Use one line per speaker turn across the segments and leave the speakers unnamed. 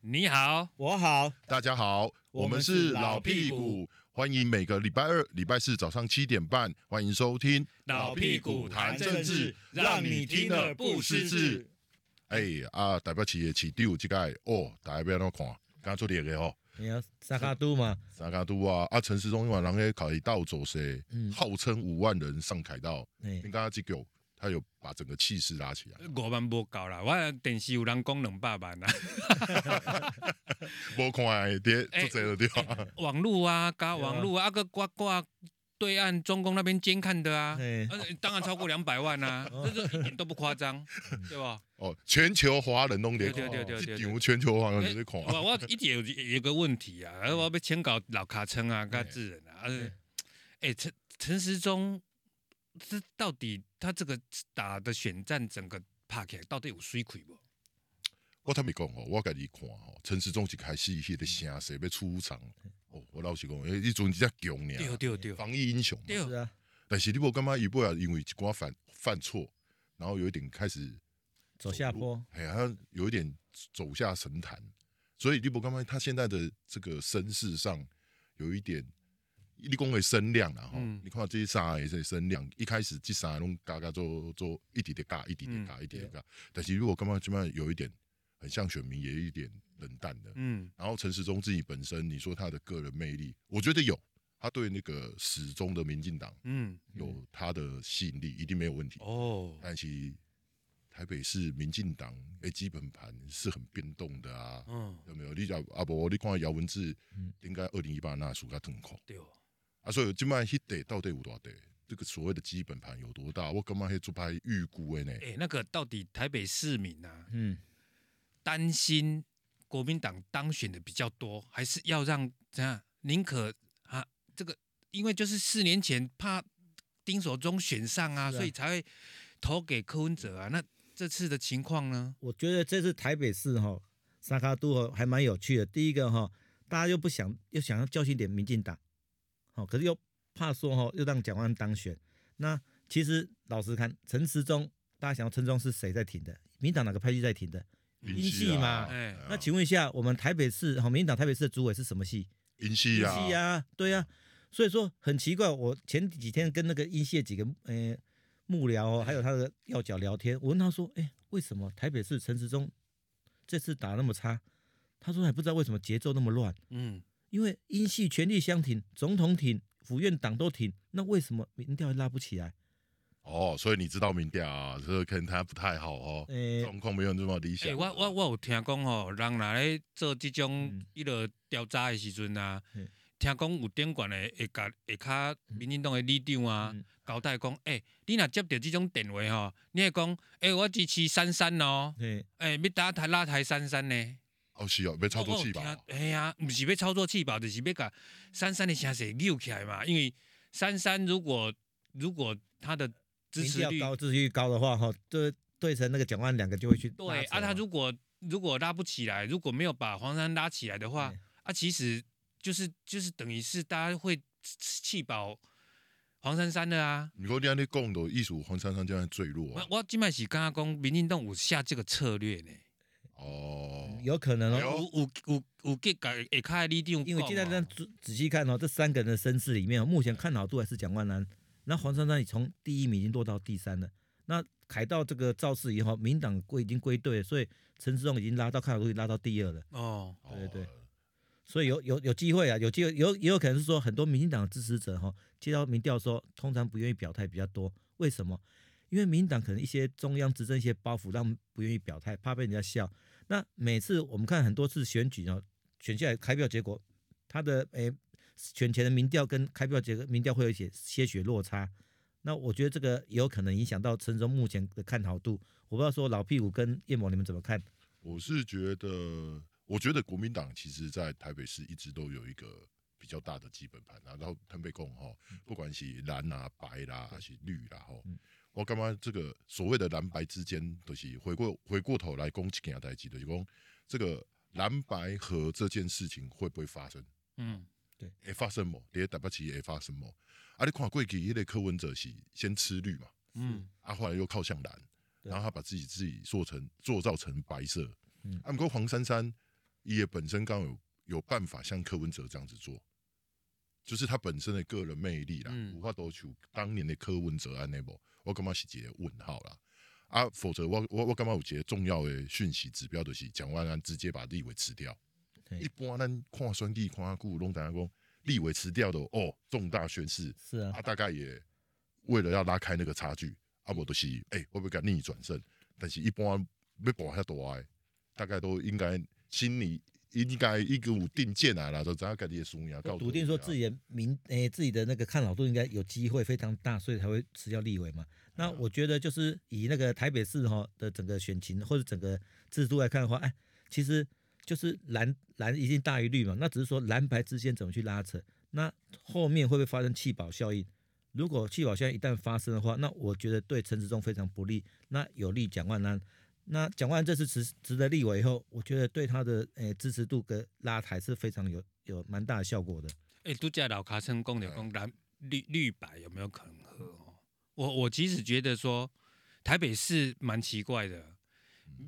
你好，
我好，
大家好，
我
我
们
们
是
是
老
老
屁
屁
股
股，欢迎每个礼拜二、礼拜四早上七点半，欢迎收听。
老屁股谈政治，
让你听
得
了
不失智。
哎啊，代表企业起第五季盖哦，大家不要那么看，刚做点个哦，
你要萨卡杜吗？
三卡都啊啊，陈时中晚人个凯道走谁
嗯，
号称五万人上凯道，
哎
你，刚刚这个他有把整个气势拉起来，
五万无够啦，我电视有人讲两百万啊 啦，
我看跌
哎
做这个地方，
网络啊，加
对啊
网络啊，个挂挂对岸中共那边监看的啊，
嘿
呃当然超过两百万 啊，
哦
这个一点都不夸 张，对吧？
哦，全球华人拢连
对
对对
对对哎
一场全球华人都在看，
我我一直有有个问题啊，呃我被签稿老卡称啊，跟智人啊，呃哎陈陈时中，这到底他这个打的选战整个拍起来到底有水亏不？
我坦白讲哦，我家己看哦，陈时中一开始迄个声势要出场哦，我老实讲，迄迄阵只强
嗯对啊
呢，
对对
防疫英雄嘛。
对哦
是。啊，
但是你无感觉伊尾啊，因为一寡犯犯错，然后有一点开始
走下坡，
哎呀，他有一点走下神坛，所以你无感觉他现在的这个身世上有一点，你讲的声量啦吼，
嗯
你看这三个这声量，一开始这三个拢嘎嘎做做一滴滴嘎，一滴滴嘎，一滴滴嘎，但是如果感觉这边有一点很像选民，也有一点冷淡的，
嗯，
然后陈时中自己本身，你说他的个人魅力，我觉得有，他对那个始终的民进党
嗯，
有他的吸引力，一定没有问题。
哦，
但是台北市民进党诶基本盘是很变动的啊，
嗯，
有没有？你讲啊不，你看姚文智
嗯
应该二零一八那暑假腾空
对哦，
啊，所以今麦迄地到底有多大？这个所谓的基本盘有多大？我感觉迄做歹预估的呢？
哎，那个到底台北市民啊，
嗯，
担心国民党当选的比较多，还是要让怎样？宁可啊，这个因为就是四年前怕丁守中选上啊，
是啊
所以才会投给柯文哲啊。那这次的情况呢？
我觉得这次台北市哈、萨卡杜哈、还蛮有趣的。第一个哈、大家又不想又想要教训一点民进党，好、可是又怕说哈、又让蒋万安当选。那其实老实看，陈时中，大家想要陈时中是谁在挺的？民党哪个派系在挺的？英系
系
嘛
哎
啊
那请问一下，我们台北市哈、民进党台北市的主委是什么系？
英系啊，
英系啊，对啊，所以说很奇怪。我前几天跟那个英系的几个呃幕僚
哎
哦，还有他的要角聊天，我问他说，哎，为什么台北市陈时中这次打那么差？他说还不知道为什么节奏那么乱，
嗯，
因为英系全力相挺，总统挺，府院党都挺，那为什么民调拉不起来？
哦，所以你知道民调啊，所以可能他不太好哦，
嗯
哎，
状况没有那么理
哎、
想。
我我我有听讲吼、人若咧做即种
嗯
伊落调查的时阵啊，
嗯
听讲有顶管的会甲会较民进党的里长啊。
嗯
交代讲，诶、你若接到即种电话吼，你会讲，诶、我支持珊珊哦，
对，
诶、要打台拉台珊珊呢？
哦是哦，被操作器
我有
吧
听？哎呀，毋是要操作气吧，就是要甲珊珊的声势扭起来嘛。因为珊珊如果如果她的支
民
持
调
率
高，支持率高的话，哈，对对成那个蒋万安两个就会去拉
对
扯
啊，她
嘛
如果如果拉不起来，如果没有把黄珊拉起来的话
嗯，
啊，其实就是就是等于是大家会气饱黄珊珊的啊。
你说你安尼讲的艺术黄珊珊这样坠落
我
啊，
我即摆是刚刚讲，民进党有下这个策略呢。
哦，
有可能哦
哎呦，
有有有有给甲会较的里长
因为
讲
现在
哦
这样仔仔细看哦，这三个人的身世里面哦，目前看好度还是蒋万安，那黄珊珊也从第一名已经落到第三了。那凯到这个造势以后，民党归已经归队了，所以陈志忠已经拉到看好度已经拉到第二了，
哦，
哦
对对所以有有有机会啊，有机会有也有可能是说很多民进党的支持者哈、哦，接到民调说通常不愿意表态比较多，为什么？因为民进党可能一些中央执政一些包袱，让他们不愿意表态，怕被人家笑。那每次我们看很多次选举哦，选下来开票结果，他的诶选前的民调跟开票结果民调会有一些些许落差。那我觉得这个也有可能影响到陈忠目前的看好度。我不知道说老屁股跟叶某你们怎么看？
我是觉得，我觉得国民党其实在台北市一直都有一个比较大的基本盘啊，然后台北共哈，不管是蓝啊、白啦、还是绿啦吼
嗯，
我感觉这个所谓的蓝白之间，就是回过回过头来讲一件代志，就是讲这个蓝白和这件事情会不会发生？
嗯，
会发生么？你台北市会发生么？啊，你看过去迄个柯文哲是先吃绿嘛，
嗯，
啊，后来又靠向蓝，
对
然后他把自己自己做成做造成白色。
嗯
啊，不过黄珊珊伊也本身刚好有有办法像柯文哲这样子做，就是他本身的个人魅力啦，
嗯
无法夺取当年的柯文哲安内不，我感觉是一个问号啦。啊，否则我我我感觉有一个重要的讯息指标就是蒋万安直接把立委辞掉。
嘿
一般咱看选举看久，拢大家讲立委辞掉的哦，重大宣誓，
是啊
他、，大概也为了要拉开那个差距，啊，我都是哎、会不会敢逆转胜？但是一般要博下多爱，大概都应该心里应该一个有定见啊啦，都知道家己的输赢。到
笃定说自己的民诶、自己的那个看好度应该有机会非常大，所以才会辞掉立委嘛。那我觉得就是以那个台北市哈的整个选情或者整个制度来看的话，哎，其实就是蓝蓝一定大于绿嘛，那只是说蓝白之间怎么去拉扯，那后面会不会发生弃保效应？如果弃保效应一旦发生的话，那我觉得对陈时中非常不利，那有利蒋万安。那蒋万安这次辞辞了立委以后，我觉得对他的诶、支持度跟拉抬是非常有有蛮大的效果的。
哎，度假老卡成功的
嗯
讲蓝绿绿白有没有可能喝哦？我我其实觉得说台北市蛮奇怪的，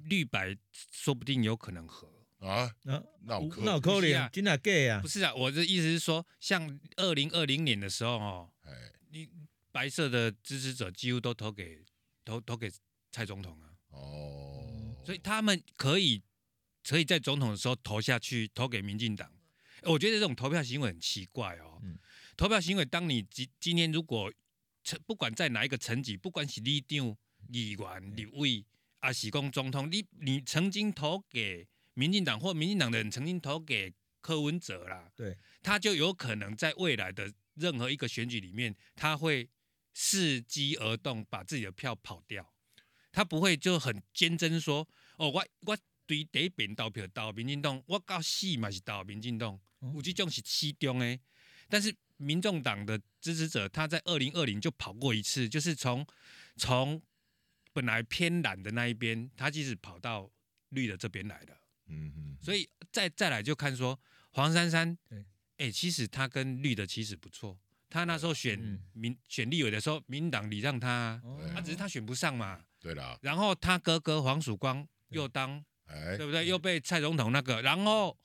绿白说不定有可能合。
啊，
那
那我可
那有可
不是啊
能，真的假啊
不？是啊，我的意思是说，像二零二零年的时候哦，
哎
你白色的支持者几乎都投给投投给蔡总统啊，
哦，
嗯所以他们可以可以在总统的时候投下去，投给民进党。呃我觉得这种投票行为很奇怪哦。
嗯
投票行为，当你今今天如果层不管在哪一个层级，不管是立定、议
嗯
员、立委，啊，是讲总统，你你曾经投给民进党，或民进党的人曾经投给柯文哲啦，
对，
他就有可能在未来的任何一个选举里面，他会伺机而动，把自己的票跑掉。他不会就很坚贞说，哦，我我对第一遍投票投民进党，我到死嘛是投民进党，
哦
有这种是其中诶。但是民众党的支持者，他在二零二零就跑过一次，就是从从本来偏蓝的那一边，他即使跑到绿的这边来了。
嗯嗯，
所
以
以再再来就看说黄珊珊，
对
哎、其实他跟绿的其实不错，他那时候选
嗯
民、选立委的时候，民进党礼让他啊，
哦
他、只是他选不上嘛。
对啦，
然后他哥哥黄曙光又当，
哎
对，不对？又被蔡总统那个，然后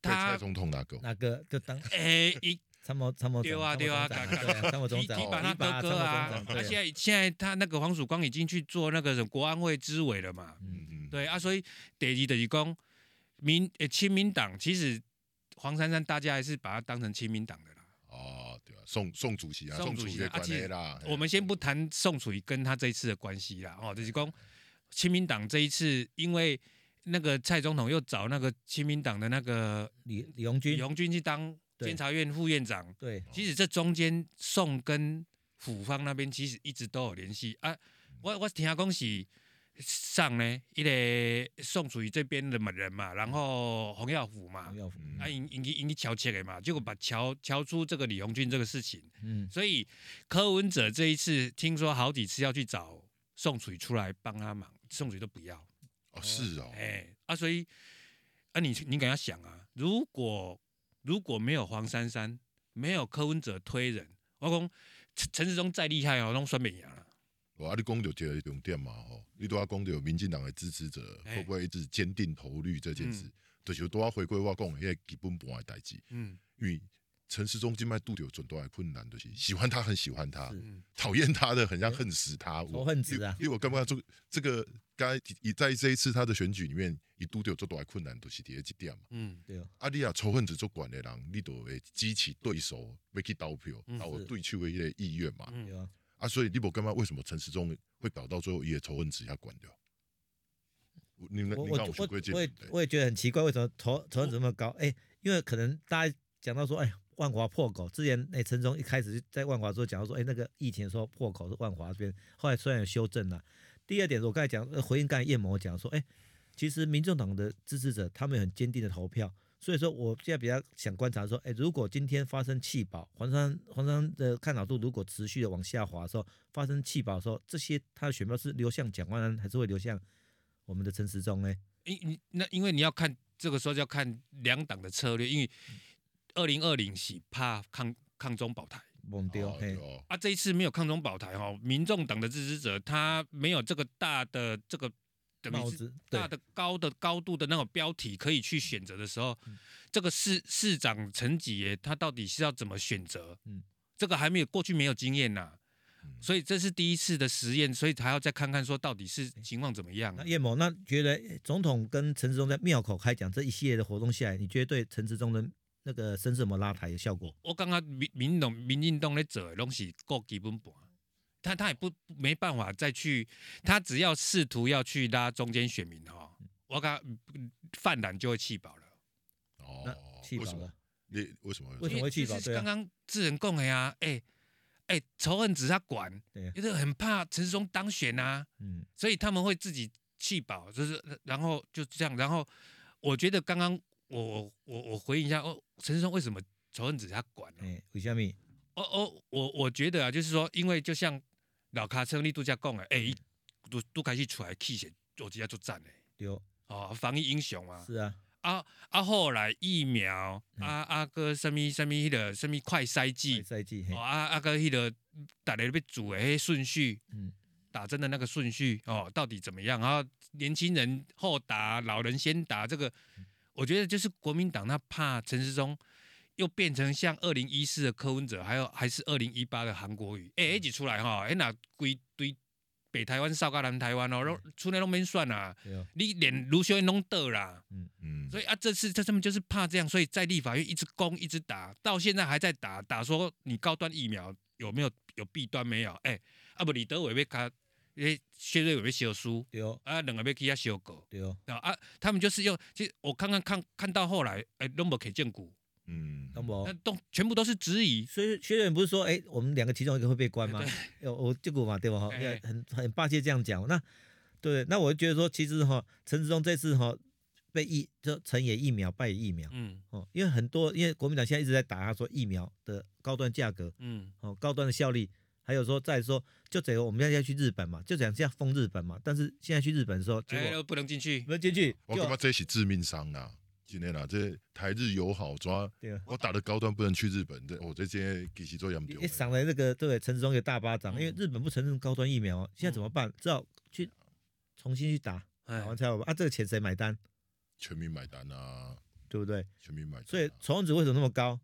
被蔡
他
总统那个，
那个就当
哎一
参谋参谋
丢
长
啊
参谋
丢啊，
总
嘎
长
嘎
对啊，参谋总
提
长，
提拔
提
他哥哥
参
啊
谋，总
他现
长对啊
在现在他那个黄曙光已经去做那个什么国安会支委了嘛，
嗯嗯，
对啊，所以第二就是讲民呃亲民党，其实黄珊珊大家还是把它当成亲民党的啦。
哦，对啊，宋宋主席啊，
宋主
主
席
的
啊
关
其
系
实
啦，
我们先不谈宋楚瑜跟他这一次的关系啦，哦，就是讲亲民党这一次，因为那个蔡总统又找那个亲民党的那个
李李荣
李
军，
荣军去当
对
监察院副院长，
对，
其实这中间宋跟府方那边其实一直都有联系啊。我我听讲是上呢，一个宋楚瑜这边的人嘛，然后洪耀虎嘛
洪，耀福，
嗯
啊，因因去因去敲切的嘛，结果把敲敲出这个李红军这个事情，
嗯，
所以柯文哲这一次听说好几次要去找宋楚瑜出来帮他忙，宋楚瑜都不要，
哦是哦
哎、，啊，所以啊你你给他想啊，如果如果没有黄珊珊，没有柯文哲推人，我讲陈陈世忠再厉害哦，拢选不赢了。
我啊，你讲到这个重点嘛吼，你都要讲到民进党的支持者
哎
会不会一直坚定投绿这件事，
嗯
就是都要回归我讲迄个基本盘的代志，
嗯
因为陈时中今麦拄着很大的困难，就是喜欢他很喜欢他
是，
嗯，
讨厌他的很像恨死他，我
仇恨值啊
因为因为我感觉这个这个刚才提在这一次他的选举里面，伊拄着最大的困难就是伫咧这点嘛。
嗯
对哦，
啊，你啊仇恨值足悬的人，你就会激起对手要去投票，
嗯
啊，有
是
对手的迄个意愿嘛。
对
嗯，
啊，
啊，所以你无感觉为什么陈时中会搞到最后一夜仇恨值要关掉？你们
我
你
我
看我
我
学过这
我也
个
我也觉得很奇怪，为什么投投人这么高？哎，因为可能大家讲到说，哎，万华破口之前，哎，陈忠一开始就在万华的时候讲到说，哎，那个疫情的时候破口是万华这边，后来虽然有修正了。第二点，我刚才讲呃回应刚才叶某讲说，哎，其实民众党的支持者他们有很坚定的投票，所以说我现在比较想观察说，哎，如果今天发生弃保，黄山黄山的看好度如果持续的往下滑的时候，发生弃保的时候，这些他的选票是流向蒋万安，还是会流向我们的陈时中呢？
因你那因为你要看这个时候就要看两党的策略，因为二零二零是怕抗抗中保台。
猛丢，嘿，
哦，
啊，这一次没有抗中保台哦，民众党的支持者他没有这个大的这个等
帽
于是
子对
大的高的高度的那种标题可以去选择的时候，
嗯
这个市市长陈吉爷他到底是要怎么选择？
嗯
这个还没有过去没有经验呐、所以这是第一次的实验，所以还要再看看说到底是情况怎么样啊、
那叶某，那觉得诶总统跟陈时中在庙口开讲这一系列的活动下来，你觉得对陈时中的那个声势有没有拉抬有效果？
我感觉民民动民进党咧做的拢是够基本盘，他他也不没办法再去，他只要试图要去拉中间选民哈，
嗯
我感觉泛滥就会气饱了。
那
哦，
气
为
饱
什么？
了，
你为什么会
为什么会气饱
就是
对啊
刚刚智仁讲的呀、哎、哎、仇恨只是他管，
对啊
就是很怕陈时中当选啊，
嗯，
所以他们会自己气饱，就是然后就这样，然后我觉得刚刚我我我我回应一下，哦，陈时中为什么仇恨只是他管呢、
哎，为什么？
哦哦，我我觉得啊，就是说，因为就像老卡车力度假讲的，哎、
嗯
欸，都都开始出来气血，我直接就赞嘞，
丢
哦，防疫英雄啊，
是嗯啊，
啊啊，后来疫苗啊啊个什么什么迄个什么快筛剂，
赛季，嘿
哦啊啊个迄个大家被煮诶顺序，
嗯
打针的那个顺序哦，到底怎么样？然后年轻人后打，老人先打，这个我觉得就是国民党他怕陈时中又变成像二零一四的柯文哲，还有还是二零一八的韩国瑜，哎、一起出来哈，哎那规堆北台湾、少加南台湾哦，都出来都免算啦，
丢，
你连卢秀燕弄倒啦，
嗯，
所以啊，这次这他们就是怕这样，所以在立法院一直攻一直打，到现在还在打，打说你高端疫苗有没有有弊端没有？哎、啊不，李德伟被卡，诶，薛瑞伟被修书，
丢
啊，两个被他修狗，
丢，
然后啊，他们就是用，其实我看看看看到后来，哎、都没可见骨，
嗯，
那么
那。都全部都是质疑，
所以薛远不是说，哎、我们两个其中一个会被关吗
对？
有我结果嘛，对吧？哈，
哎
要很很霸气这样讲。那对，那我就觉得说，其实哈，陈志忠这次哈被疫，就成也疫苗，败也疫苗
嗯
哦，因为很多，因为国民党现在一直在打他说疫苗的高端价格
嗯
哦，高端的效力，还有说再来说，就整个我们现在要去日本嘛，就想这样封日本嘛，但是现在去日本的时候，结
哎、
果
都不能进去
我，们进去
我
就
感觉这是致命伤啦，今天啦，这台日友好抓，
对啊。
我打的高端不能去日本，这我这些其实做严重
一
的。
赏了那个对陈志忠一个大巴掌，因为
嗯
日本不承认高端疫苗啊，现在怎么办？只好去重新去打，
哎
打完才有吧啊，这个钱谁买单？
全民买单啊，
对不对？
全民买单啊、
所以仇恨值为什么那么高？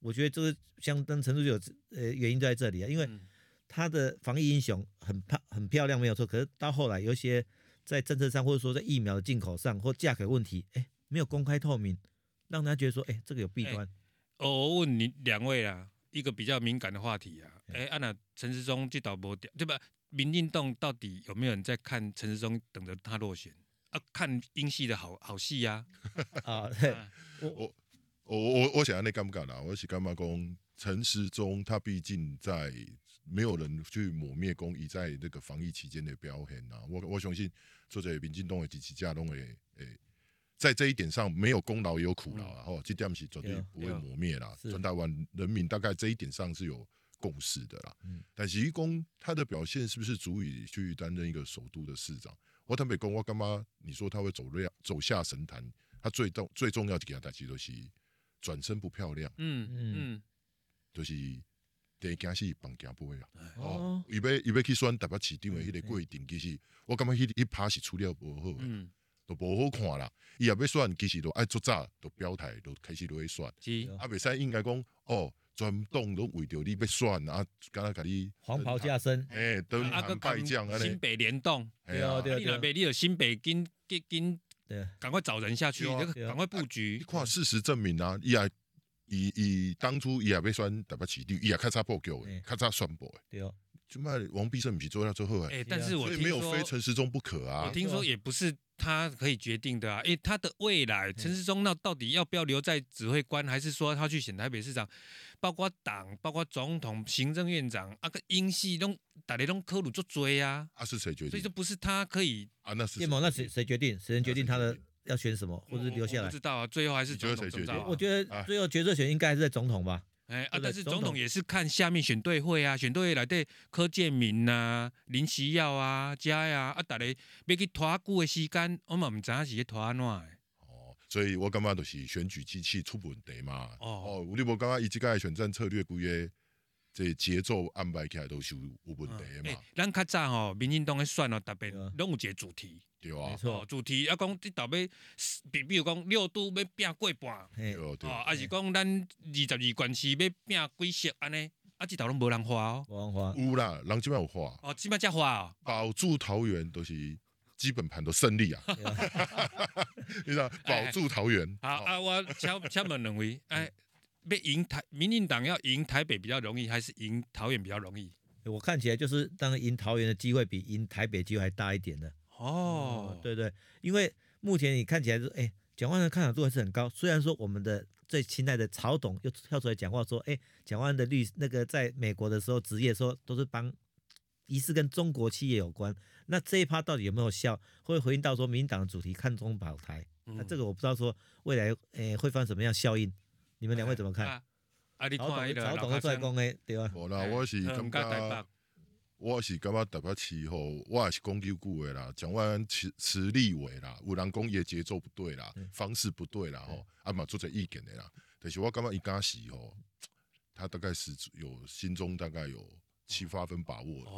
我觉得这个相当程度就有呃原因就在这里啊，因为
嗯
他的防疫英雄很漂很漂亮没有错，可是到后来有一些在政策上或者说在疫苗的进口上或价格问题，哎，没有公开透明，让他觉得说，哎，这个有弊
哎
端，
哦，我问你两位啦，一个比较敏感的话题啊，哎、啊那陈时中这导播掉，对吧？民进党到底有没有人在看陈时中等着他落选啊？看英系的好好戏呀、
啊，
啊，
对，我
我我我我想要那干不干啦？我是干嘛讲陈时中，他毕竟在没有人去抹灭公益在那个防疫期间的表现啊。我我相信作者民进党的几起架拢会诶，在这一点上没有功劳也有苦劳啊。吼、这点是绝对啊
对
不会抹灭啦。
是
全台湾人民大概这一点上是有共识的啦。
嗯
但是一公他的表现是不是足以去担任一个首都的市长？我坦白讲，我干嘛你说他会走下走下神坛？他最重最重要的给他代志就是转身不漂亮，
嗯嗯
就是第一件事绑架不会啊。
哦
哦，伊要伊要去选台北市长的迄个过程，其实我感觉迄迄趴是处理无好的，
嗯，
都无好看啦。伊也要选，其实都爱做早，都表态，都开始落去选。
是
啊，袂使应该讲哦，全党都为着你要选啊，敢若甲你
黄袍加身，
哎，登
啊，
堂拜将安
新
尼，
北联动，
哎呀，
对啊
你那边你有新北跟跟跟
对啊，
赶快找人下去，
对啊
那个
对啊
赶快布局
你，看事实证明啊，伊也伊伊当初伊也要选台北市长，伊也较早报告
嗯
的，较早宣布的。
对哦，
就卖王必胜不是做到最后哎、
哎，但是我
所以
听
没有
说
非陈时中不可
我
啊。
听说
对啊
也不是他可以决定的啊，因为他的未
嗯
来，陈世忠那到底要不要留在指挥官，还是说他去选台北市长，包括党、包括总统、行政院长啊，个英系都大家都科鲁做追啊，
啊是谁决
所以这
定？
不是他可以，
啊那是
叶某，那谁谁决定？谁能决定他
那
的
谁决
要选什么，或者是
我
留下
我
来
不？知道啊，最后还是
你觉得
总统
谁决定
总统
我觉得
啊
最后决策权应该还是在总统吧。
哎啊
对，不对
但是
总
总
统
统也是看下面选对会啊，选对会来对柯建明呐、林奇耀啊、嘉呀啊，大家要去拖久的时间，我嘛唔知道是去拖安怎的。
哦，所以我感觉就是选举机器出问题嘛。
哦
哦，你无感觉伊即个选战策略规个这节奏安排起来都是有有问题的
哎、
嘛，
咱较早吼，民进党咧选哦，特别
对啊
拢有一个主题，
对
没
啊，
哦
错，，
主题啊讲你到尾，比比如讲六都要拼过半，
嘿，
对啊，对
哦，
啊，
啊是讲咱二十二县市要拼几席安尼，啊即头拢无人画哦，
王华，
有啦，人即摆有话，
哦即摆才画哦，
保住桃园都是基本盘都胜利 啊，
对啊
你知道保住桃园，
好
哦
哎啊，我请请问两 位，哎，要赢台民进党要赢台北比较容易，还是赢桃园比较容易？
我看起来就是当然赢桃园的机会比赢台北机会还大一点的。
哦，
对对，因为目前你看起来是，哎，蒋万安的看涨度还是很高。虽然说我们的最亲爱的曹董又跳出来讲话说，哎，蒋万安的律那个在美国的时候职业说都是帮疑似跟中国企业有关，那这一趴到底有没有效？会回应到说民进党的主题看中保台，那、
嗯
这个我不知道说未来诶会发生什么样效应，你们两位怎么看？
啊，啊你
曹
看
董
迄个
曹
老
董
卡
又出来
村
讲诶，对吧、
无啦，哦啊我是
哎
感
桃园跟台
觉
北。
我是感觉台北市吼，我也是讲究句的啦，蒋万安持持立委啦，有人讲伊的节奏不对啦，方式不对啦吼，啊嘛做者意见的啦，但是我感觉伊敢是吼，他大概是有心中大概有七八分把握的，我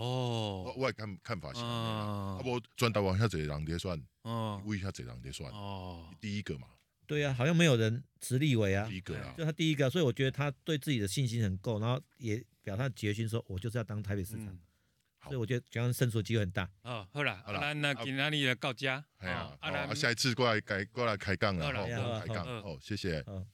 哦，
我的看看法是安尼啦，啊
哦，
无转台湾遐侪人伫算，
哦，
为遐侪人伫算，
哦，
第一个嘛，
对啊，好像没有人持立委啊
第，一个啦
就，他第一个，所以我觉得他对自己的信心很够，然后也表达决心说，我就是要当台北市长，
嗯
所以我觉得蒋万安胜出的机会很大。
哦，好啦，
好啦
啊咱那
啊
今仔日就到这，哦啊
哎呀，好
咱
啊，下一次过来改过来开杠啦，
好啦
吼，
好啦
开杠，
好
哦，谢谢。
嗯，